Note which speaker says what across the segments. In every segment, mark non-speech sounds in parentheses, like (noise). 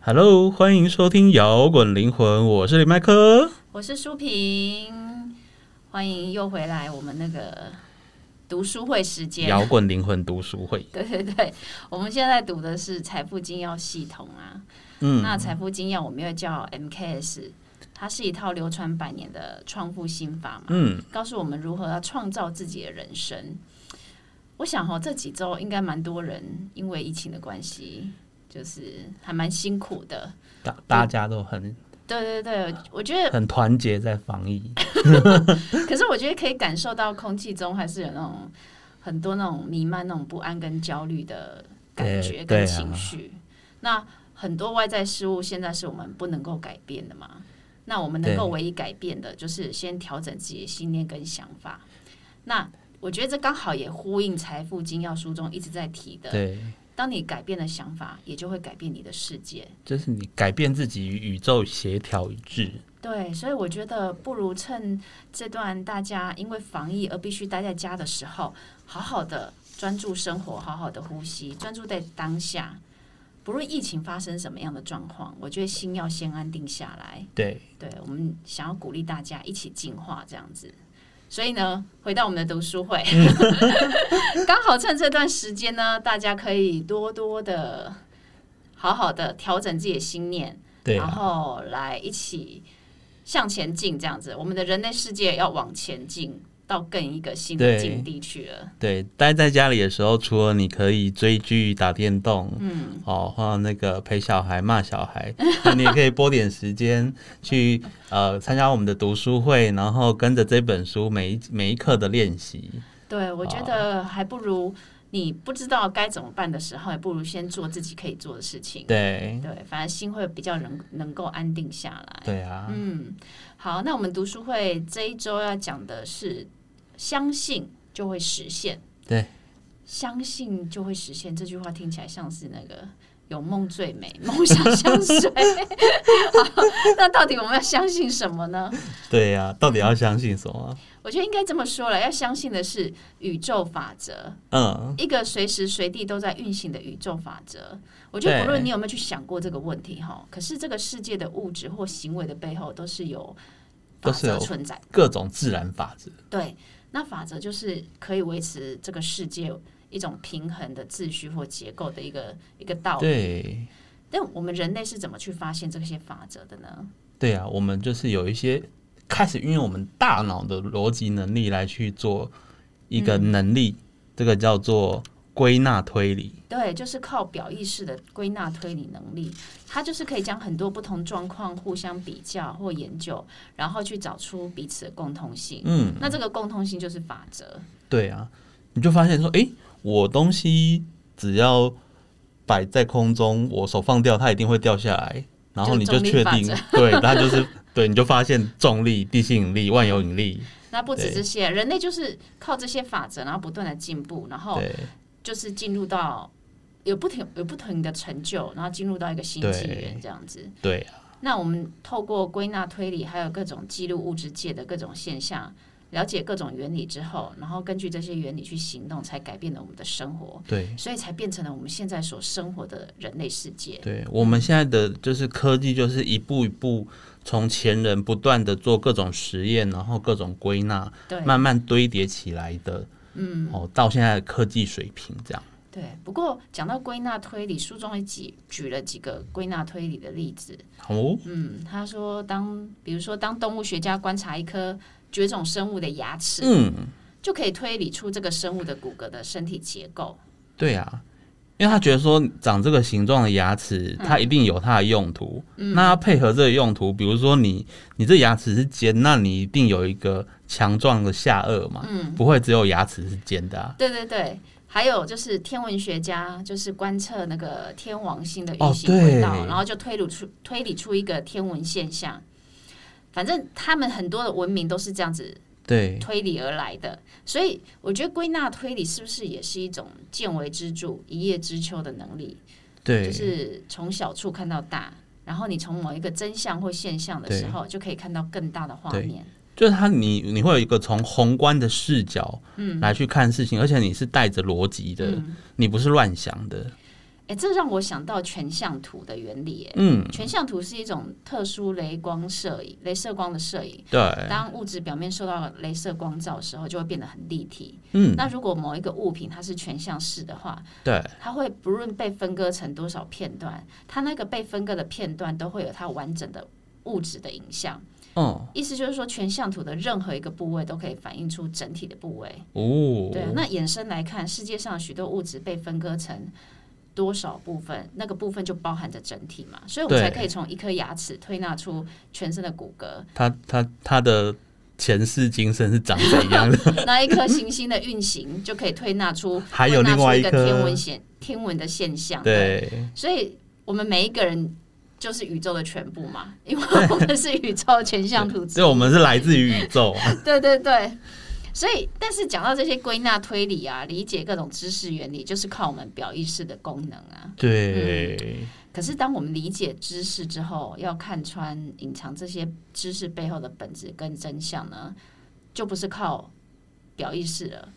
Speaker 1: Hello，欢迎收听摇滚灵魂，我是李麦克。
Speaker 2: 我是舒平，欢迎又回来我们那个读书会时间。
Speaker 1: 摇滚灵魂读书会，
Speaker 2: (laughs) 对对对，我们现在读的是财富精要系统啊。
Speaker 1: 嗯，
Speaker 2: 那财富精要我们又叫 MKS，它是一套流传百年的创富心法嘛，
Speaker 1: 嗯，
Speaker 2: 告诉我们如何要创造自己的人生。我想哦，这几周应该蛮多人因为疫情的关系，就是还蛮辛苦的。
Speaker 1: 大大家都很
Speaker 2: 对对对，我觉得，
Speaker 1: 很团结在防疫，
Speaker 2: (laughs) 可是我觉得可以感受到空气中还是有那种很多那种弥漫那种不安跟焦虑的感
Speaker 1: 对
Speaker 2: 觉跟
Speaker 1: 对啊
Speaker 2: 情绪。那很多外在事物现在是我们不能够改变的嘛，那我们能够唯一改变的就是先调整自己的信念跟想法。那我觉得这刚好也呼应《财富精要》书中一直在提的，
Speaker 1: 对，
Speaker 2: 当你改变了想法，也就会改变你的世界。
Speaker 1: 就是你改变自己与宇宙协调一致，
Speaker 2: 对，所以我觉得不如趁这段大家因为防疫而必须待在家的时候，好好的专注生活，好好的呼吸，专注在当下。不论疫情发生什么样的状况，我觉得心要先安定下来。
Speaker 1: 对，
Speaker 2: 对我们想要鼓励大家一起进化这样子。所以呢，回到我们的读书会，刚好趁这段时间呢，大家可以多多的好好的调整自己的心念。
Speaker 1: 对
Speaker 2: 然
Speaker 1: 啊，
Speaker 2: 后来一起向前进，这样子，我们的人类世界要往前进到更一个新的
Speaker 1: 对
Speaker 2: 境地去了。
Speaker 1: 对，待在家里的时候，除了你可以追剧、打电动，嗯，哦，还有那个陪小孩、骂小孩，那你也可以拨点时间 (laughs) 去呃参加我们的读书会，然后跟着这本书每一每一课的练习，
Speaker 2: 对，我觉得还不如你不知道该怎么办的时候，也不如先做自己可以做的事情。
Speaker 1: 对，
Speaker 2: 对，反而心会比较能能够安定下来。
Speaker 1: 对啊，
Speaker 2: 嗯，好，那我们读书会这一周要讲的是相信就会实现。
Speaker 1: 对，
Speaker 2: 相信就会实现这句话听起来像是那个有梦最美， (laughs) 梦想相随。 (laughs) 好那到底我们要相信什么呢？
Speaker 1: (laughs) 对呀、到底要相信什么？
Speaker 2: 我觉得应该这么说了，要相信的是宇宙法则，
Speaker 1: 嗯，
Speaker 2: 一个随时随地都在运行的宇宙法则。我觉得不
Speaker 1: 对
Speaker 2: 论你有没有去想过这个问题哈，可是这个世界的物质或行为的背后都是有法
Speaker 1: 都是
Speaker 2: 则
Speaker 1: 有
Speaker 2: 存在。
Speaker 1: 各种自然法则，
Speaker 2: 对，那法则就是可以维持这个世界一种平衡的秩序或结构的一个一个道理。
Speaker 1: 对，
Speaker 2: 但我们人类是怎么去发现这些法则的呢？
Speaker 1: 对啊，我们就是有一些开始运用我们大脑的逻辑能力来去做一个
Speaker 2: 嗯
Speaker 1: 能力，这个叫做归纳推理，
Speaker 2: 对，就是靠表意识的归纳推理能力，它就是可以将很多不同状况互相比较或研究，然后去找出彼此的共通性。
Speaker 1: 嗯，
Speaker 2: 那这个共通性就是法则。
Speaker 1: 对啊，你就发现说，诶，我东西只要摆在空中，我手放掉，它一定会掉下来，然后你就
Speaker 2: 就是
Speaker 1: 确
Speaker 2: 重力
Speaker 1: 定，对，它就是对，你就发现重力、地心引力、万有引
Speaker 2: (laughs)
Speaker 1: 力，
Speaker 2: 那不止
Speaker 1: 对
Speaker 2: 这些，人类就是靠这些法则，然后不断的进步，然后
Speaker 1: 对
Speaker 2: 就是进入到有不停有不同的成就，然后进入到一个新纪元
Speaker 1: 对
Speaker 2: 这样子。
Speaker 1: 对啊，
Speaker 2: 那我们透过归纳推理，还有各种记录物质界的各种现象，了解各种原理之后，然后根据这些原理去行动，才改变了我们的生活，
Speaker 1: 对。
Speaker 2: 所以才变成了我们现在所生活的人类世界。
Speaker 1: 对我们现在的就是科技，就是一步一步从前人不断的做各种实验，然后各种归纳，
Speaker 2: 对
Speaker 1: 慢慢堆叠起来的。嗯，哦，到现在的科技水平这样。
Speaker 2: 对。不过讲到归纳推理，书中也举举了几个归纳推理的例子。
Speaker 1: 哦，
Speaker 2: 嗯，他说当比如说当动物学家观察一颗绝种生物的牙齿，
Speaker 1: 嗯，
Speaker 2: 就可以推理出这个生物的骨骼的身体结构。
Speaker 1: 对啊，因为他觉得说长这个形状的牙齿，它一定有它的用途。嗯、那它配合这个用途，比如说你你这牙齿是尖，那你一定有一个强壮的下颚嘛，嗯、不会只有牙齿是尖的、啊。
Speaker 2: 对对对，还有就是天文学家就是观测那个天王星的
Speaker 1: 哦
Speaker 2: 运行轨道，
Speaker 1: 对
Speaker 2: 然后就推理出推理出一个天文现象。反正他们很多的文明都是这样子
Speaker 1: 对，
Speaker 2: 推理而来的，所以我觉得归纳推理是不是也是一种见微知著、一叶知秋的能力？
Speaker 1: 对，
Speaker 2: 就是从小处看到大，然后你从某一个真相或现象的时候，就可以看到更大的画
Speaker 1: 对
Speaker 2: 面。
Speaker 1: 就是他你，你会有一个从宏观的视
Speaker 2: 嗯
Speaker 1: 角，嗯，来去看事情，而且你是带着逻辑的，你不是乱想的，
Speaker 2: 哎，这让我想到全像图的原理。哎，
Speaker 1: 嗯，
Speaker 2: 全像图是一种特殊雷光摄影、镭射光的摄影。
Speaker 1: 对，
Speaker 2: 当物质表面受到镭射光照的时候，就会变得很立体。
Speaker 1: 嗯，
Speaker 2: 那如果某一个物品它是全像式的话，
Speaker 1: 对，
Speaker 2: 它会不论被分割成多少片段，它那个被分割的片段都会有它完整的物质的影像。
Speaker 1: 哦，
Speaker 2: 意思就是说，全像图的任何一个部位都可以反映出整体的部位。
Speaker 1: 哦，
Speaker 2: 对啊，那衍生来看，世界上许多物质被分割成多少部分，那个部分就包含着整体嘛，所以我们
Speaker 1: 对
Speaker 2: 才可以从一颗牙齿推纳出全身的骨
Speaker 1: (laughs)
Speaker 2: 骼，
Speaker 1: 他他他的前世今生是长怎
Speaker 2: (laughs)
Speaker 1: 样的？
Speaker 2: 那一颗行星的运行就可以推纳出，
Speaker 1: 还有
Speaker 2: 推纳
Speaker 1: 另外
Speaker 2: 出
Speaker 1: 一
Speaker 2: 一个天
Speaker 1: 颗
Speaker 2: 文，现天文的现象。，
Speaker 1: 对，
Speaker 2: 所以我们每一个人。就是宇宙的全部嘛，因为我们是宇宙
Speaker 1: (laughs)
Speaker 2: 全像图之
Speaker 1: 所以我们是来自于宇
Speaker 2: (laughs)
Speaker 1: 宙，
Speaker 2: 对对对，所以但是讲到这些归纳推理啊，理解各种知识原理，就是靠我们表意识的功能啊。
Speaker 1: 对，
Speaker 2: 可是当我们理解知识之后，要看穿隐藏这些知识背后的本质跟真相呢，就不是靠表意识了，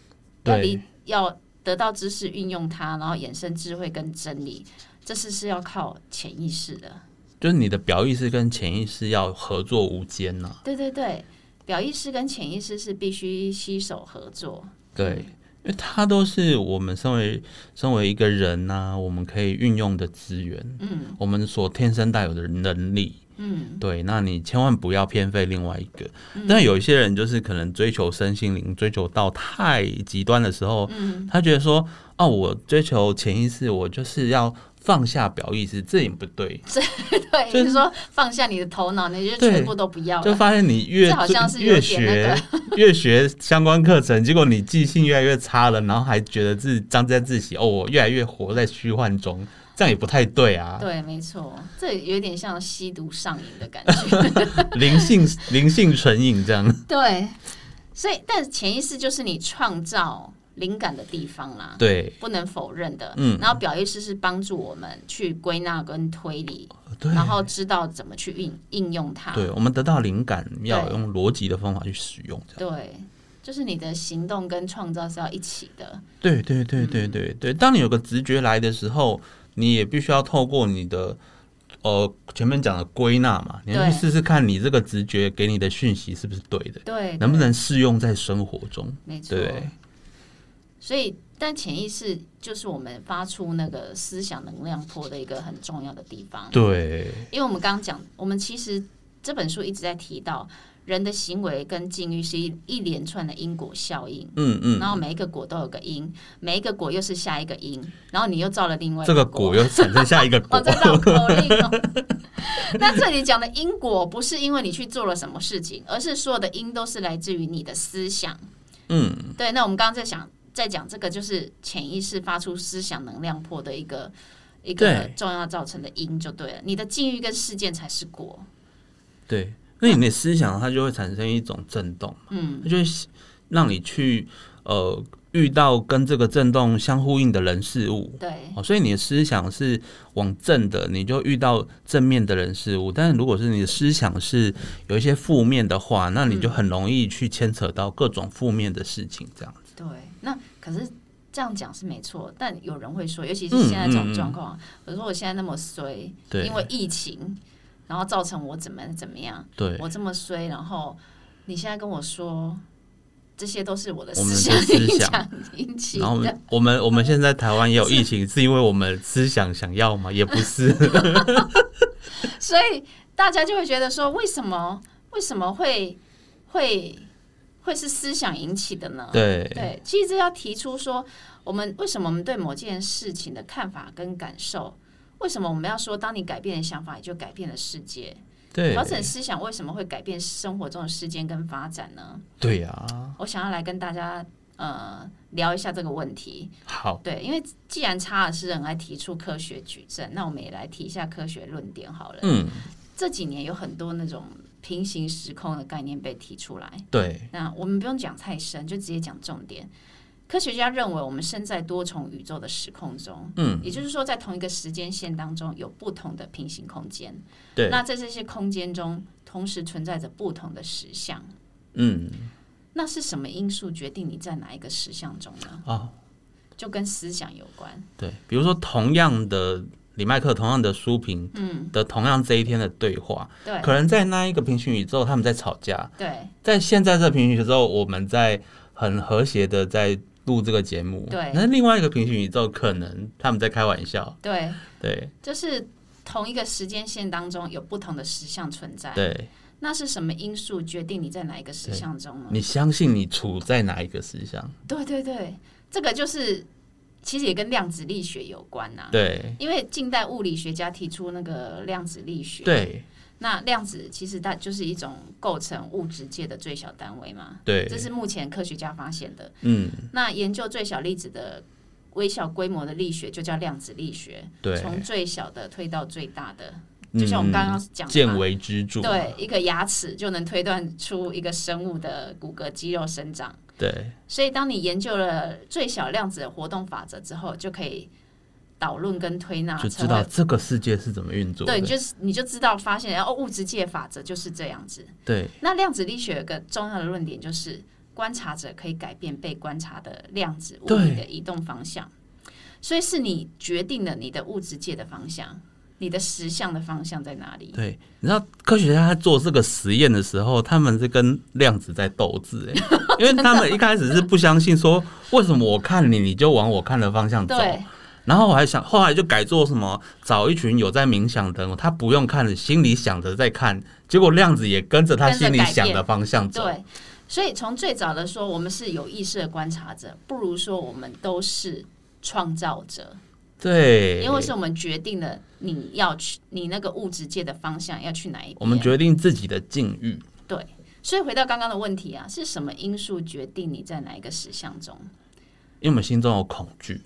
Speaker 2: 要理
Speaker 1: 对，
Speaker 2: 要得到知识运用它，然后衍生智慧跟真理。这是是要靠潜意识的，
Speaker 1: 就是你的表意识跟潜意识要合作无间哦呐、
Speaker 2: 对对对，表意识跟潜意识是必须携手合作，
Speaker 1: 对，因为它都是我们身为身为一个人呐、我们可以运用的资源，
Speaker 2: 嗯
Speaker 1: 我们所天生带有的能力，
Speaker 2: 嗯，
Speaker 1: 对，那你千万不要偏废另外一个。但有一些人就是可能追求身心灵，追求到太极端的时候，
Speaker 2: 嗯
Speaker 1: 他觉得说，哦，我追求潜意识，我就是要放下表意识，这也不对。
Speaker 2: (laughs)
Speaker 1: 就
Speaker 2: 对，就是是说放下你的头脑，你就
Speaker 1: 对
Speaker 2: 全部都不要
Speaker 1: 就
Speaker 2: 了。
Speaker 1: 发现你越
Speaker 2: 这好像是有
Speaker 1: 越
Speaker 2: 点
Speaker 1: 学越学相关课程，结果你记性越来越差了，然后还觉得自己沾沾自喜，哦，我越来越活在虚幻中，这样也不太对
Speaker 2: (laughs)
Speaker 1: 啊。
Speaker 2: 对，没错，这有点像吸毒上瘾的感觉。
Speaker 1: 灵性灵性成瘾这
Speaker 2: 啊
Speaker 1: 样，
Speaker 2: 对，所以但潜意识就是你创造灵感的地方啦，
Speaker 1: 对
Speaker 2: 不能否认的。
Speaker 1: 嗯
Speaker 2: 然后表意识是帮助我们去归纳跟推理，
Speaker 1: 对。
Speaker 2: 然后知道怎么去运应用它。
Speaker 1: 对，我们得到灵感要
Speaker 2: 对
Speaker 1: 用逻辑的方法去使用。
Speaker 2: 对，就是你的行动跟创造是要一起的。
Speaker 1: 对对对对对对，当你有个直觉来的时候，你也必须要透过你的呃前面讲的归纳嘛，你要
Speaker 2: 对
Speaker 1: 去试试看你这个直觉给你的讯息是不是对的，
Speaker 2: 对，
Speaker 1: 能不
Speaker 2: 对？
Speaker 1: 能适用在生活中？
Speaker 2: 没错。
Speaker 1: 对
Speaker 2: 所以，但潜意识就是我们发出那个思想能量波的一个很重要的地方。
Speaker 1: 对
Speaker 2: 因为我们刚刚讲，我们其实这本书一直在提到，人的行为跟境遇是一一连串的因果效应。
Speaker 1: 嗯嗯，
Speaker 2: 然后每一个果都有个因，每一个果又是下一个因，然后你又造了另外一
Speaker 1: 这个
Speaker 2: 果
Speaker 1: 果又产生下一
Speaker 2: (laughs)
Speaker 1: 个果
Speaker 2: 哦，，这绕口令
Speaker 1: (laughs)
Speaker 2: 哦。那这里讲的因果，不是因为你去做了什么事情，而是所有的因都是来自于你的思想。
Speaker 1: 嗯，
Speaker 2: 对。那我们刚刚在想，在讲这个就是潜意识发出思想能量波的一个一个
Speaker 1: 对
Speaker 2: 重要造成的因，就对了。你的境遇跟事件才是果。
Speaker 1: 对，那你的思想它就会产生一种震动，
Speaker 2: 嗯，
Speaker 1: 它就会让你去呃遇到跟这个震动相呼应的人事物，
Speaker 2: 对，
Speaker 1: 哦，所以你的思想是往正的，你就遇到正面的人事物；但是如果是你的思想是有一些负面的话，那你就
Speaker 2: 嗯
Speaker 1: 很容易去牵扯到各种负面的事情。这样，
Speaker 2: 对。那可是。这样讲是没错，但有人会说，尤其是
Speaker 1: 嗯
Speaker 2: 现在
Speaker 1: 嗯
Speaker 2: 这种
Speaker 1: 嗯
Speaker 2: 状况，我说我现在那么衰，
Speaker 1: 对
Speaker 2: 因为疫情，然后造成我怎么怎么样，
Speaker 1: 对，
Speaker 2: 我这么衰，然后你现在跟我说，这些都是我的
Speaker 1: 我们
Speaker 2: 思
Speaker 1: 的
Speaker 2: 想
Speaker 1: 思
Speaker 2: 影
Speaker 1: 想
Speaker 2: 响引起
Speaker 1: 然后
Speaker 2: 的。嗯
Speaker 1: 我们我们现在台湾也有疫情，是因为我们思想想要吗？也
Speaker 2: 嗯
Speaker 1: 不是，
Speaker 2: 所以大家就会觉得说，为什么为什么会会会是思想引起的呢？
Speaker 1: (laughs) 对
Speaker 2: 对，其实这要提出说，我们为什么我们对某件事情的看法跟感受，为什么我们要说，当你改变了想法，也就改变了世界？
Speaker 1: 对
Speaker 2: 调整思想为什么会改变生活中的时间跟发展呢？
Speaker 1: 对啊呀，
Speaker 2: 我想要来跟大家呃聊一下这个问题。
Speaker 1: 好，
Speaker 2: 对，因为既然查尔斯很爱提出科学矩阵，那我们也来提一下科学论点好了。
Speaker 1: 嗯，
Speaker 2: 这几年有很多那种平行时空的概念被提出来，
Speaker 1: 对
Speaker 2: 那我们不用讲太深，就直接讲重点。科学家认为我们身在多重宇宙的时空中，嗯，也就是说，在同一个时间线当中有不同的平行空间，
Speaker 1: 对，
Speaker 2: 那在这些空间中，同时存在着不同的实相。
Speaker 1: 嗯
Speaker 2: 那是什么因素决定你在哪一个实相中呢？
Speaker 1: 啊，
Speaker 2: 就跟思想有关。
Speaker 1: 对，比如说同样的李麦克，同样的书评，嗯，的同样这一天的对话，
Speaker 2: 对
Speaker 1: 可能在那一个平行宇宙他们在吵架，
Speaker 2: 对
Speaker 1: 在现在这平行宇宙我们在很和谐的在录这个节目，
Speaker 2: 对
Speaker 1: 那另外一个平行宇宙可能他们在开玩笑，
Speaker 2: 对，
Speaker 1: 啊对
Speaker 2: 就是同一个时间线当中有不同的实相存在。
Speaker 1: 对，
Speaker 2: 那是什么因素决定你在哪一个实相中呢？
Speaker 1: 你相信你处在哪一个思想？
Speaker 2: 对对对，这个就是其实也跟量子力学有关呐、
Speaker 1: 对
Speaker 2: 因为近代物理学家提出那个量子力学，
Speaker 1: 对
Speaker 2: 那量子其实它就是一种构成物质界的最小单位嘛，这
Speaker 1: 对，
Speaker 2: 是目前科学家发现的。
Speaker 1: 嗯
Speaker 2: 那研究最小粒子的微小规模的力学就叫量子力学，
Speaker 1: 对，
Speaker 2: 从最小的推到最大的，就像我们刚刚讲
Speaker 1: 嗯
Speaker 2: 的嘛
Speaker 1: 见微知著，
Speaker 2: 对，一个牙齿就能推断出一个生物的骨骼肌肉生长。
Speaker 1: 对
Speaker 2: 所以，当你研究了最小量子的活动法则之后，就可以导论跟推纳，
Speaker 1: 就知
Speaker 2: 成
Speaker 1: 道
Speaker 2: 为
Speaker 1: 这个世界是怎么运作
Speaker 2: 对，
Speaker 1: 的
Speaker 2: 你，就是你就知道发现，哦，物质界法则就是这样子。
Speaker 1: 对
Speaker 2: 那量子力学有个重要的论点就是，观察者可以改变被观察的量子物理
Speaker 1: 对
Speaker 2: 的移动方向，所以是你决定了你的物质界的方向，你的实相的方向在哪里？
Speaker 1: 对，你知道科学家在做这个实验的时候，他们是跟量子在斗智、哎，因为他们一开始是不相信说为什么我看你你就往我看的方向走，
Speaker 2: 对
Speaker 1: 然后我还想后来就改做什么找一群有在冥想的人，他不用看，心里想着在看，结果量子也跟着他
Speaker 2: 跟着
Speaker 1: 心里
Speaker 2: 改
Speaker 1: 想
Speaker 2: 变
Speaker 1: 的方向走，
Speaker 2: 对，所以从最早的说，我们是有意识的观察者，不如说我们都是创造者，
Speaker 1: 对，
Speaker 2: 因为是我们决定了你要去你那个物质界的方向要去哪一边。
Speaker 1: 我们决定自己的境遇。
Speaker 2: 所以回到刚刚的问题啊，是什么因素决定你在哪一个实相中？
Speaker 1: 因为我们心中有恐惧，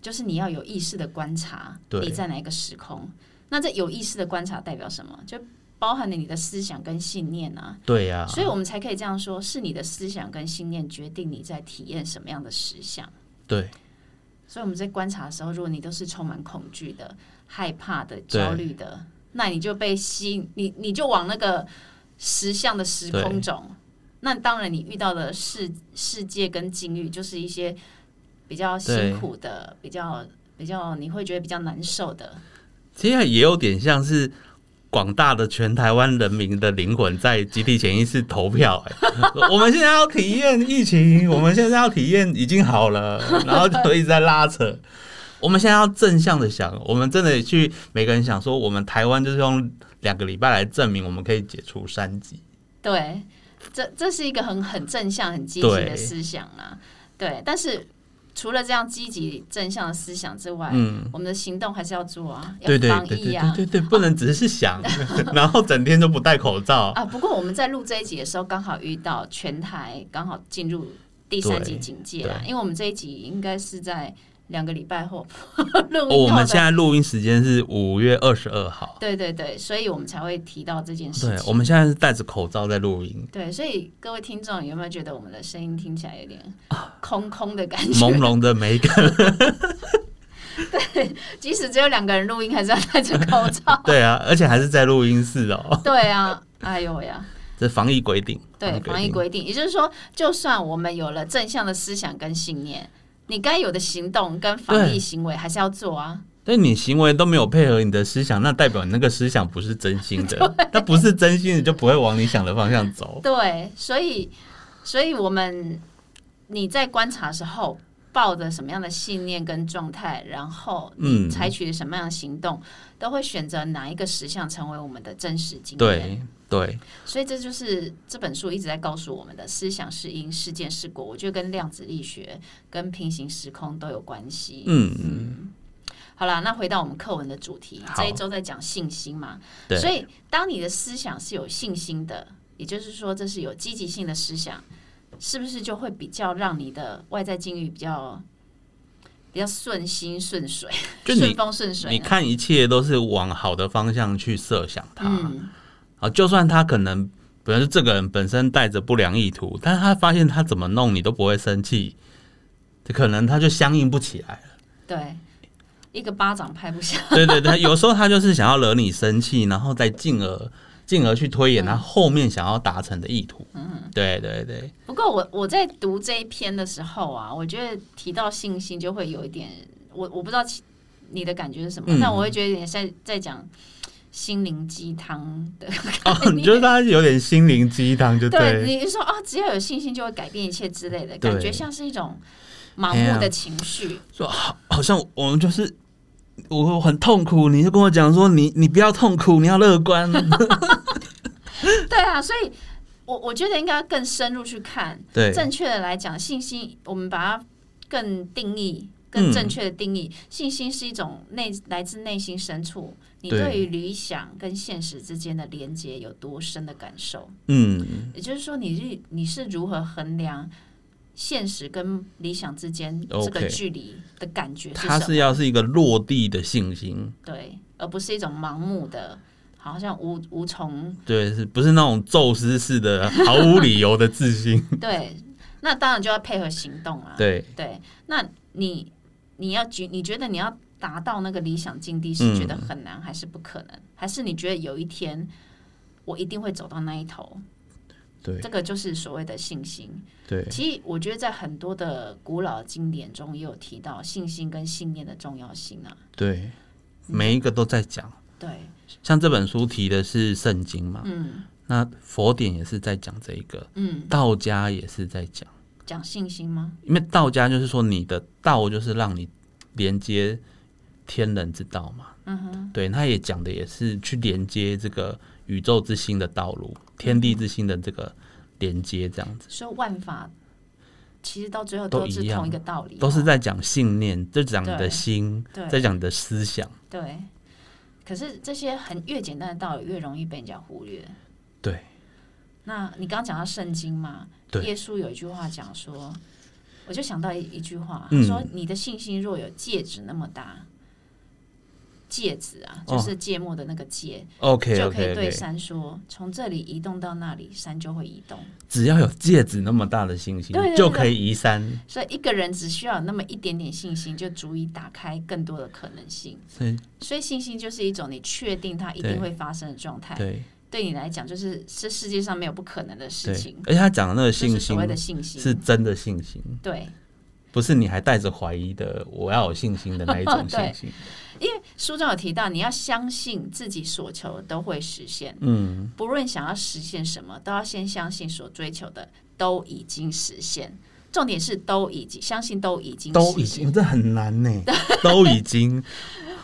Speaker 2: 就是你要有意识的观察
Speaker 1: 对
Speaker 2: 你在哪一个时空。那这有意识的观察代表什么？就包含了你的思想跟信念啊。
Speaker 1: 对呀、
Speaker 2: 所以我们才可以这样说，是你的思想跟信念决定你在体验什么样的实相。
Speaker 1: 对
Speaker 2: 所以我们在观察的时候，如果你都是充满恐惧的、害怕的、
Speaker 1: 对
Speaker 2: 焦虑的，那你就被吸引，你你就往那个实相的时空中。那当然，你遇到的世世界跟境遇，就是一些比较辛苦的、比较比较你会觉得比较难受的。
Speaker 1: 其实也有点像是广大的全台湾人民的灵魂在集体潜意识投票、哎， (laughs) 我们现在要体验疫情，我们现在要体验已经好了，然后就一直在拉扯。我们现在要正向的想，我们真的去每个人想说，我们台湾就是用两个礼拜来证明我们可以解除三级。
Speaker 2: 对，这这是一个很很正向、很积极的
Speaker 1: 对
Speaker 2: 思想啊。对，但是除了这样积极正向的思想之外，
Speaker 1: 嗯，
Speaker 2: 我们的行动还是要做啊，要
Speaker 1: 对对
Speaker 2: 防
Speaker 1: 对对
Speaker 2: 疫
Speaker 1: 对
Speaker 2: 啊。
Speaker 1: 对对，不能只是想， (laughs) 然后整天就不戴口
Speaker 2: (laughs)
Speaker 1: 罩。
Speaker 2: 啊，不过我们在录这一集的时候，刚好遇到全台刚好进入第三级警戒啊，
Speaker 1: 对
Speaker 2: 因为我们这一集应该是在两个礼拜后 (laughs) 录
Speaker 1: 哦，我
Speaker 2: 音后
Speaker 1: 们现
Speaker 2: 的，
Speaker 1: 在录音时间是五月二十二号。
Speaker 2: 对对对，所以我们才会提到这件事
Speaker 1: 对，我
Speaker 2: 情。
Speaker 1: 们现在是戴着口罩在录音，
Speaker 2: 对，所以各位听众有没有觉得我们的声音听起来有点
Speaker 1: 啊
Speaker 2: 空空的感
Speaker 1: 朦
Speaker 2: 觉？
Speaker 1: 胧的美感。。
Speaker 2: (laughs) 即使只有两个人录音，还是要戴着口罩
Speaker 1: (laughs) 对啊，而且还是在录音室哦，
Speaker 2: 对啊，哎呦喂呀！
Speaker 1: 这防疫规定。
Speaker 2: 对防疫
Speaker 1: 定
Speaker 2: 规定，也就是说，就算我们有了正向的思想跟信念，你该有的行动跟防疫
Speaker 1: 对
Speaker 2: 行为还是要做啊。
Speaker 1: 但你行为都没有配合你的思想，那代表你那个思想不是真心
Speaker 2: (laughs)
Speaker 1: 的。那不是真心的，就不会往你想的方向走。
Speaker 2: 对，所以，所以我们你在观察的时候，抱着什么样的信念跟状态，然后
Speaker 1: 嗯，
Speaker 2: 采取什么样的行动，都会选择哪一个实相成为我们的真实经验。，
Speaker 1: 对对
Speaker 2: 所以这就是这本书一直在告诉我们的：思想是因，事件是果。我觉得跟量子力学、跟平行时空都有关系。 (laughs)
Speaker 1: 嗯，
Speaker 2: 好啦，那回到我们课文的主题，
Speaker 1: 好
Speaker 2: 这一周在讲信心嘛。
Speaker 1: 对
Speaker 2: 所以当你的思想是有信心的，也就是说这是有积极性的思想，是不是就会比较让你的外在境遇比较比较顺心顺水，
Speaker 1: 就你
Speaker 2: 顺风顺啊水
Speaker 1: 你
Speaker 2: 呢？
Speaker 1: 看一切都是往好的方向去设想它。
Speaker 2: 嗯，
Speaker 1: 啊，就算他可能本来这个人本身带着不良意图，但是他发现他怎么弄你都不会生气，可能他就相应不起来了。
Speaker 2: 对，一个巴掌拍不响。
Speaker 1: 对对对，有时候他就是想要惹你生气，然后再进而进而去推演他后面想要达成的意图。嗯，对对对，
Speaker 2: 不过我我在读这一篇的时候啊，我觉得提到信心就会有一点，我我不知道其你的感觉是什么，
Speaker 1: 嗯
Speaker 2: 但我会觉得有点在在讲心灵鸡汤的概
Speaker 1: 哦，(laughs)
Speaker 2: 念。
Speaker 1: 你觉得他有点心灵鸡汤，就
Speaker 2: 对，
Speaker 1: 对。
Speaker 2: 你是说啊、只要有信心就会改变一切之类的
Speaker 1: 对
Speaker 2: 感觉，像是一种盲
Speaker 1: 哎
Speaker 2: 目
Speaker 1: 呀
Speaker 2: 的情绪。
Speaker 1: 说好，好像我们就是我很痛苦，你就跟我讲说你你不要痛苦，你要乐 (laughs) 观。
Speaker 2: 对啊，所以我我觉得应该要更深入去看。
Speaker 1: 对，
Speaker 2: 正确的来讲，信心我们把它更定义、更正确的定
Speaker 1: 嗯
Speaker 2: 义，信心是一种内来自内心深处，你
Speaker 1: 对
Speaker 2: 对于理想跟现实之间的连接有多深的感受。
Speaker 1: 嗯，
Speaker 2: 也就是说，你是你是如何衡量现实跟理想之间
Speaker 1: OK
Speaker 2: 这个距离的感觉是
Speaker 1: 他
Speaker 2: 什么？
Speaker 1: 是要是一个落地的信心，
Speaker 2: 对，而不是一种盲目的，好像无无从
Speaker 1: 对，是不是那种宙斯式的毫无理由的自 (laughs) 信？
Speaker 2: 对，那当然就要配合行动啊。
Speaker 1: 对，
Speaker 2: 对，那你你要觉你觉得你要达到那个理想境地
Speaker 1: 嗯
Speaker 2: 是觉得很难还是不可能，还是你觉得有一天我一定会走到那一头？
Speaker 1: 对，
Speaker 2: 这个就是所谓的信心。
Speaker 1: 对，
Speaker 2: 其实我觉得在很多的古老经典中也有提到信心跟信念的重要性啊。
Speaker 1: 对，每一个都在讲。
Speaker 2: 对，
Speaker 1: 像这本书提的是圣经嘛，
Speaker 2: 嗯
Speaker 1: 那佛典也是在讲这一个，
Speaker 2: 嗯，
Speaker 1: 道家也是在讲。
Speaker 2: 讲信心吗？
Speaker 1: 因为道家就是说你的道就是让你连接天人之道嘛，
Speaker 2: 嗯哼，
Speaker 1: 对，他也讲的也是去连接这个宇宙之心的道路，
Speaker 2: 嗯
Speaker 1: 天地之心的这个连接，这样子
Speaker 2: 说万法其实到最后
Speaker 1: 都
Speaker 2: 都是
Speaker 1: 一样
Speaker 2: 同一个道理哦，
Speaker 1: 都是在讲信念，在讲你
Speaker 2: 对
Speaker 1: 的心，
Speaker 2: 对
Speaker 1: 在讲你的思想，
Speaker 2: 对，可是这些很越简单的道理越容易被人家忽略。
Speaker 1: 对，
Speaker 2: 那你刚刚讲到圣经嘛，
Speaker 1: 对
Speaker 2: 耶稣有一句话讲说，我就想到一一句话，他
Speaker 1: 嗯
Speaker 2: 说：“你的信心若有戒指那么大，戒指啊，
Speaker 1: 哦
Speaker 2: 就是芥末的那个戒，
Speaker 1: ，OK
Speaker 2: 就可
Speaker 1: OK
Speaker 2: 以对
Speaker 1: OK，
Speaker 2: 山说，从这里移动到那里，山就会移动。
Speaker 1: 只要有戒指那么大的信心
Speaker 2: 对对对
Speaker 1: 就可以移山，
Speaker 2: 所以一个人只需要有那么一点点信心，就足以打开更多的可能性。
Speaker 1: 所以
Speaker 2: 所以信心就是一种你确定它一
Speaker 1: 对
Speaker 2: 定会发生的状态。”
Speaker 1: 对
Speaker 2: 对你来讲，就是这世界上没有不可能的事
Speaker 1: 对
Speaker 2: 情，，
Speaker 1: 而且他讲的那个
Speaker 2: 就是
Speaker 1: 信
Speaker 2: 所
Speaker 1: 心
Speaker 2: 谓的信心。
Speaker 1: 是真的信心，
Speaker 2: 对，
Speaker 1: 不是你还带着怀疑的我要有信心的那一种
Speaker 2: 对
Speaker 1: 信
Speaker 2: (laughs)
Speaker 1: 心，
Speaker 2: 书中有提到，你要相信自己所求都会实现，
Speaker 1: 嗯。
Speaker 2: 不论想要实现什么，都要先相信所追求的都已经实现。重点是都已经相信都已经
Speaker 1: 都已
Speaker 2: 实现
Speaker 1: 经，这很难
Speaker 2: (laughs)
Speaker 1: 呢。都已经，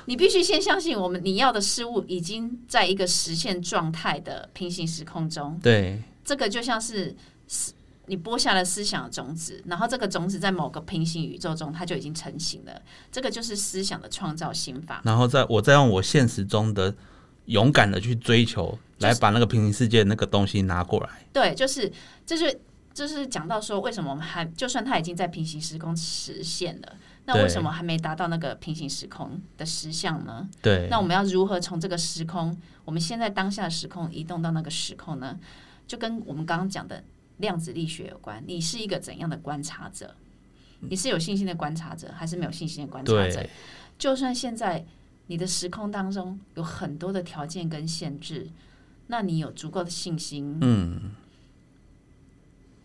Speaker 2: 你必须先相信我们你要的事物已经在一个实现状态的平行时空中。 (laughs)
Speaker 1: 对
Speaker 2: 这个就像是思你播下了思想的种子，然后这个种子在某个平行宇宙中它就已经成型了。这个就是思想的创造心法。
Speaker 1: 然后再我再用我现实中的勇敢的去追求，
Speaker 2: 就是
Speaker 1: 来把那个平行世界那个东西拿过来。
Speaker 2: 对，就是这就是就是讲到说，为什么我们还就算它已经在平行时空实现了，那
Speaker 1: 对
Speaker 2: 为什么还没达到那个平行时空的实相呢？
Speaker 1: 对，
Speaker 2: 那我们要如何从这个时空，我们现在当下的时空移动到那个时空呢？就跟我们刚刚讲的量子力学有关。你是一个怎样的观察者？你是有信心的观察者，还是没有信心的观察者？
Speaker 1: 对
Speaker 2: 就算现在你的时空当中有很多的条件跟限制，那你有足够的信心，嗯，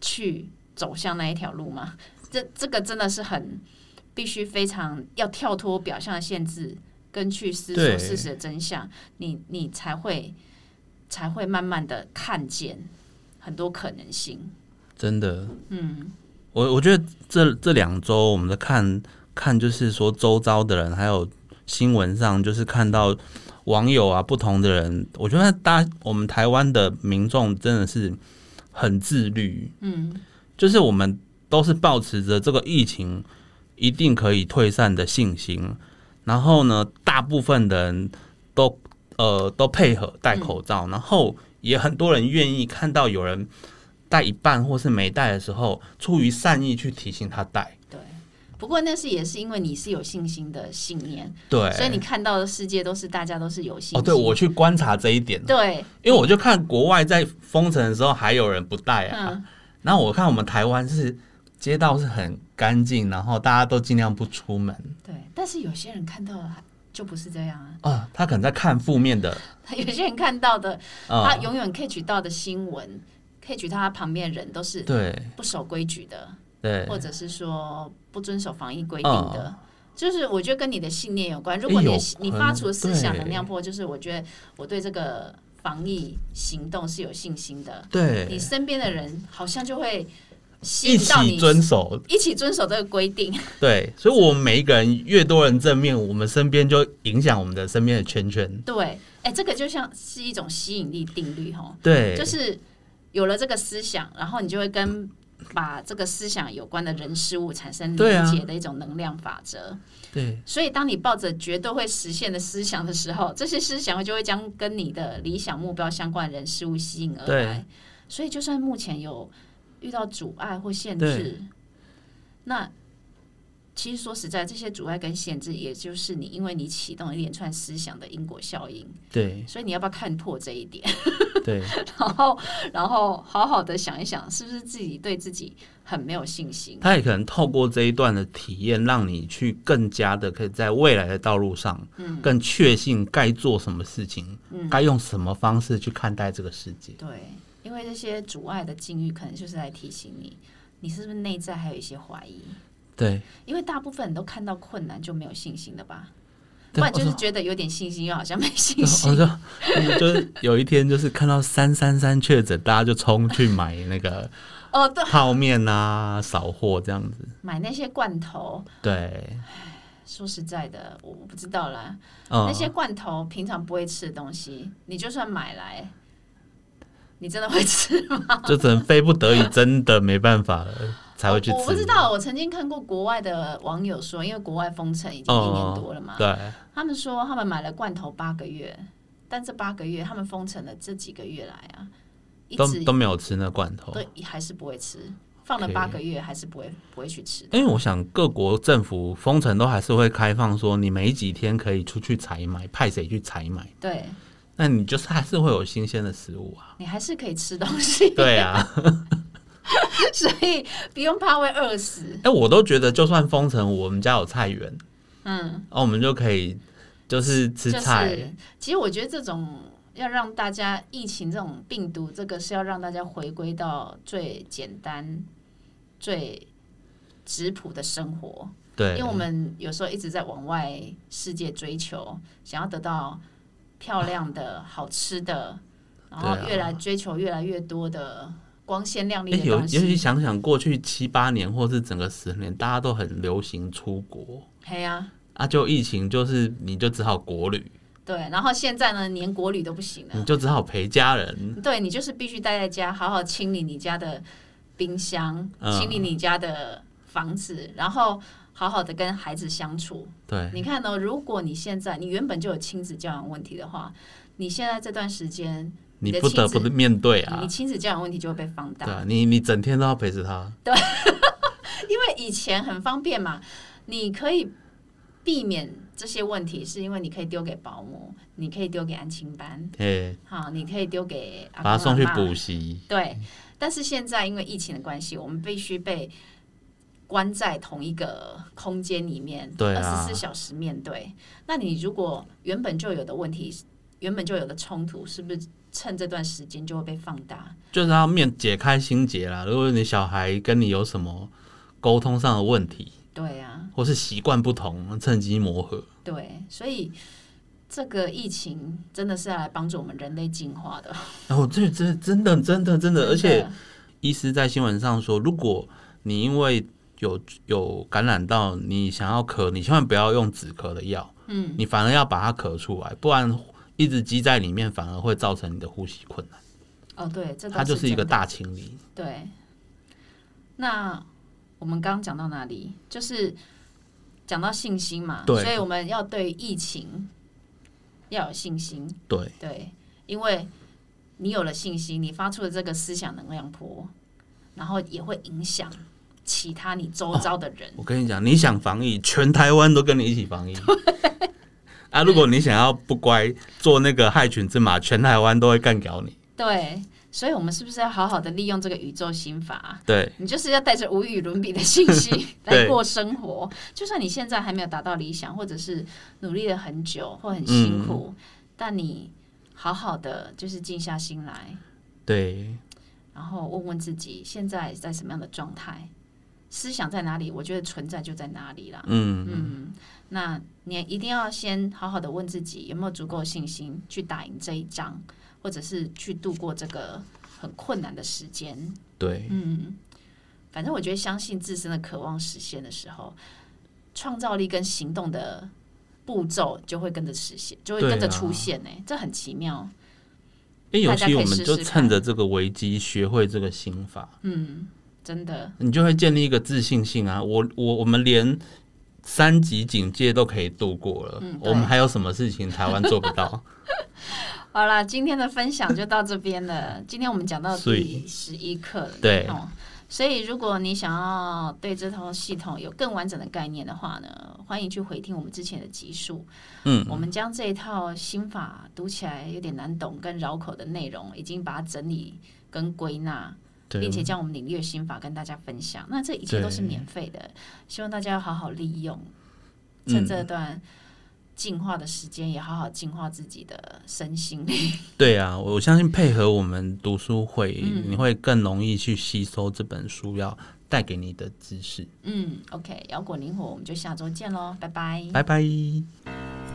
Speaker 2: 去走向那一条路吗？这这个真的是很必须非常要跳脱表象的限制，跟去思索
Speaker 1: 对
Speaker 2: 事实的真相，你你才会才会慢慢的看见很多可能性。
Speaker 1: 真的，嗯，我我觉得这这两周我们在看看，就是说周遭的人，还有新闻上，就是看到网友啊不同的人，我觉得大我们台湾的民众真的是很自律，
Speaker 2: 嗯，
Speaker 1: 就是我们都是保持着这个疫情一定可以退散的信心，然后呢，大部分的人都呃都配合戴口罩，然后也很多人愿意看到有人戴一半或是没戴的时候，出于善意去提醒他戴。
Speaker 2: 对。不过那是也是因为你是有信心的信念，
Speaker 1: 对，
Speaker 2: 所以你看到的世界都是大家都是有信心。
Speaker 1: 哦，对我去观察这一点，
Speaker 2: 对
Speaker 1: 因为我就看国外在封城的时候还有人不戴啊，
Speaker 2: 嗯，
Speaker 1: 然后我看我们台湾是街道是很干净，然后大家都尽量不出门。
Speaker 2: 嗯对。但是有些人看到了还就不是这样啊。 (laughs)
Speaker 1: 啊，他可能在看负面的
Speaker 2: 有些人看到的，
Speaker 1: 啊
Speaker 2: 他，永远 catch 到的新闻，catch 到他旁边的人都是
Speaker 1: 对
Speaker 2: 不守规矩的，
Speaker 1: 对，嗯
Speaker 2: 或者是说不遵守防疫规定的。就是我觉得跟你的信念有关。如果你
Speaker 1: 哎有
Speaker 2: 的你
Speaker 1: 可
Speaker 2: 发
Speaker 1: 能
Speaker 2: 出的思想
Speaker 1: 对
Speaker 2: 能量波，就是我觉得我对这个防疫行动是有信心的。你
Speaker 1: 对，
Speaker 2: 身边的人好像就会
Speaker 1: 一
Speaker 2: 吸引到你
Speaker 1: 起遵守，
Speaker 2: 一起遵守这个规定。
Speaker 1: 对，所以我们每一个人越多人正面，我们身边就影响我们的身边的圈圈，
Speaker 2: 对，哎、这个就像是一种吸引力定律哈，
Speaker 1: 对，
Speaker 2: 就是有了这个思想，然后你就会跟把这个思想有关的人事物产生
Speaker 1: 对啊
Speaker 2: 连接的一种能量法则。
Speaker 1: 对，
Speaker 2: 所以，当你抱着绝对会实现的思想的时候，这些思想就会将跟你的理想目标相关的人事物吸引而来。所以，就算目前有遇到阻碍或限制，那其实说实在，这些阻碍跟限制，也就是你因为你启动一连串思想的因果效应。
Speaker 1: 对，
Speaker 2: 所以，你要不要看破这一点？ (laughs)
Speaker 1: 对，
Speaker 2: 然后，然后好好的想一想，是不是自己对自己很没有信心？
Speaker 1: 他也可能透过这一段的体验，让你去更加的可以在未来的道路上，嗯，更确信该做什么事情，嗯，该用什么方式去看待这个世界，
Speaker 2: 对，因为这些阻碍的境遇，可能就是来提醒你，你是不是内在还有一些怀疑？
Speaker 1: 对，
Speaker 2: 因为大部分人都看到困难就没有信心的吧？不
Speaker 1: 对
Speaker 2: 然就是
Speaker 1: 我
Speaker 2: 觉得有点信心，又好像没信
Speaker 1: 说我
Speaker 2: 心。
Speaker 1: 说， (laughs) 嗯就是有一天就是看到三三三确诊，大家就冲去买那个
Speaker 2: 哦， (laughs) 对，
Speaker 1: 泡面啊、扫货这样子，
Speaker 2: 买那些罐头，
Speaker 1: 对，
Speaker 2: 说实在的，我不知道啦。
Speaker 1: 嗯
Speaker 2: 那，些罐头平常不会吃的东西，你就算买来，你真的会吃
Speaker 1: 就只能非不得已，真的没办法了才会去吃，
Speaker 2: 我我不知道，我曾经看过国外的网友说，因为国外封城已经一
Speaker 1: 嗯
Speaker 2: 年多了嘛，
Speaker 1: 对，
Speaker 2: 他们说他们买了罐头八个月，但这八个月他们封城的这几个月来啊，一
Speaker 1: 都
Speaker 2: 直
Speaker 1: 都没有吃那罐头，
Speaker 2: 都还是不会吃，放了
Speaker 1: OK
Speaker 2: 八个月还是不会不会去吃的。
Speaker 1: 因为我想各国政府封城都还是会开放，说你没几天可以出去采买，派谁去采买，
Speaker 2: 对
Speaker 1: 那你就是还是会有新鲜的食
Speaker 2: (laughs)
Speaker 1: 物啊。
Speaker 2: 你还是可以吃东西， (laughs)
Speaker 1: 对啊，
Speaker 2: 所以不用怕会饿死。
Speaker 1: 哎、我都觉得就算封城，我们家有菜园，啊
Speaker 2: 嗯，
Speaker 1: 那我们就可以就是吃
Speaker 2: 就
Speaker 1: 菜，
Speaker 2: 是其实我觉得这种。要让大家疫情这种病毒，这个是要让大家回归到最简单、最质朴的生活。
Speaker 1: 对，
Speaker 2: 因为我们有时候一直在往外世界追求，想要得到漂亮的、好吃的，然后
Speaker 1: 对啊
Speaker 2: 越来追求越来越多的光鲜亮丽
Speaker 1: 哎
Speaker 2: 的
Speaker 1: 有
Speaker 2: 东
Speaker 1: 尤
Speaker 2: 西
Speaker 1: 其。想想过去七八年或是整个十年，大家都很流行出国
Speaker 2: 嘿呀、
Speaker 1: 啊，就疫情就是你就只好国旅，
Speaker 2: 对。然后现在呢，连国旅都不行了，
Speaker 1: 你就只好陪家人，
Speaker 2: 对你就是必须待在家，好好清理你家的冰箱，
Speaker 1: 嗯
Speaker 2: 清理你家的房子，然后好好的跟孩子相处。
Speaker 1: 对，
Speaker 2: 你看哦，如果你现在你原本就有亲子教养问题的话，你现在这段时间你
Speaker 1: 你
Speaker 2: 的
Speaker 1: 不得
Speaker 2: 亲
Speaker 1: 不
Speaker 2: 子
Speaker 1: 面对啊
Speaker 2: 你，亲子教养问题就会被放
Speaker 1: 对
Speaker 2: 大，
Speaker 1: 啊，你你整天都要陪着他。
Speaker 2: 因为以前很方便嘛，你可以避免这些问题，是因为你可以丢给保姆，你可以丢给安亲班，
Speaker 1: 嘿，
Speaker 2: 好，你可以丢给阿
Speaker 1: 把他
Speaker 2: 公
Speaker 1: 送去
Speaker 2: 阿嬷
Speaker 1: 补习，
Speaker 2: 对，但是现在因为疫情的关系，我们必须被关在同一个空间里面，
Speaker 1: 对
Speaker 2: 二
Speaker 1: 啊
Speaker 2: 十四小时面对。那你如果原本就有的问题，原本就有的冲突，是不是趁这段时间就会被放大？
Speaker 1: 就是要面解开心结啦。如果你小孩跟你有什么沟通上的问题，
Speaker 2: 对啊，
Speaker 1: 或是习惯不同，趁机磨合。
Speaker 2: 对，所以。这个疫情真的是要来帮助我们人类进化的，
Speaker 1: 然后这真真的真的真的，而且
Speaker 2: 真的
Speaker 1: 医师在新闻上说，如果你因为有有感染到，你想要咳，你千万不要用止咳的药，嗯，你反而要把它咳出来，不然一直积在里面，反而会造成你的呼吸困难。
Speaker 2: 哦，对，这倒
Speaker 1: 它就是一个
Speaker 2: 真的
Speaker 1: 大清理，
Speaker 2: 对，那我们刚刚讲到哪里？就是讲到信心嘛，
Speaker 1: 对
Speaker 2: 所以我们要对疫情要有信心，
Speaker 1: 对
Speaker 2: 对，因为你有了信心，你发出了这个思想能量波，然后也会影响其他你周遭的人。
Speaker 1: 我跟你讲，你想防疫，全台湾都跟你一起防疫。啊，如果你想要不乖，做那个害群之马，全台湾都会干掉你。
Speaker 2: 对，所以我们是不是要好好的利用这个宇宙心法啊、
Speaker 1: 对
Speaker 2: 你就是要带着无与伦比的信息
Speaker 1: (laughs) 对
Speaker 2: 来过生活。就算你现在还没有达到理想，或者是努力了很久或很
Speaker 1: 嗯
Speaker 2: 辛苦，但你好好的就是静下心来，
Speaker 1: 对
Speaker 2: 然后问问自己现在在什么样的状态，思想在哪里？我觉得存在就在哪里啦。
Speaker 1: 嗯
Speaker 2: 嗯，那你一定要先好好的问自己有没有足够的信心去打赢这一仗，或者是去度过这个很困难的时间。
Speaker 1: 对
Speaker 2: 嗯，反正我觉得相信自身的渴望实现的时候，创造力跟行动的步骤就会跟着实现，就会跟着
Speaker 1: 对啊
Speaker 2: 出现呢、这很奇妙。
Speaker 1: 因为尤
Speaker 2: 大家可
Speaker 1: 其
Speaker 2: 以
Speaker 1: 我们
Speaker 2: 试
Speaker 1: 就
Speaker 2: 试
Speaker 1: 趁
Speaker 2: 看
Speaker 1: 着这个危机学会这个心法，
Speaker 2: 嗯，
Speaker 1: (laughs)
Speaker 2: 真的，
Speaker 1: 你就会建立一个自信性啊！我我我们连三级警戒都可以度过了，
Speaker 2: 嗯对
Speaker 1: 我们还有什么事情台湾做不到？
Speaker 2: (laughs) 好啦，今天的分享就到这边了。今天我们讲到
Speaker 1: 所
Speaker 2: 第
Speaker 1: 以
Speaker 2: 十一课了，
Speaker 1: 对
Speaker 2: 哦。所以如果你想要对这套系统有更完整的概念的话呢，欢迎去回听我们之前的集数。
Speaker 1: 嗯，
Speaker 2: 我们将这一套心法读起来有点难懂跟绕口的内容，已经把它整理跟归纳，
Speaker 1: 对
Speaker 2: 并，且将我们领略心法跟大家分享。那这一切都是免费的，希望大家要好好利用，趁
Speaker 1: 嗯
Speaker 2: 这段进化的时间，也好好净化自己的身心灵。
Speaker 1: 对啊，我相信配合我们读书会，
Speaker 2: 嗯
Speaker 1: 你会更容易去吸收这本书要带给你的知识。
Speaker 2: 嗯，OK，摇滚灵活，我们就下周见喽，拜拜。
Speaker 1: 拜拜。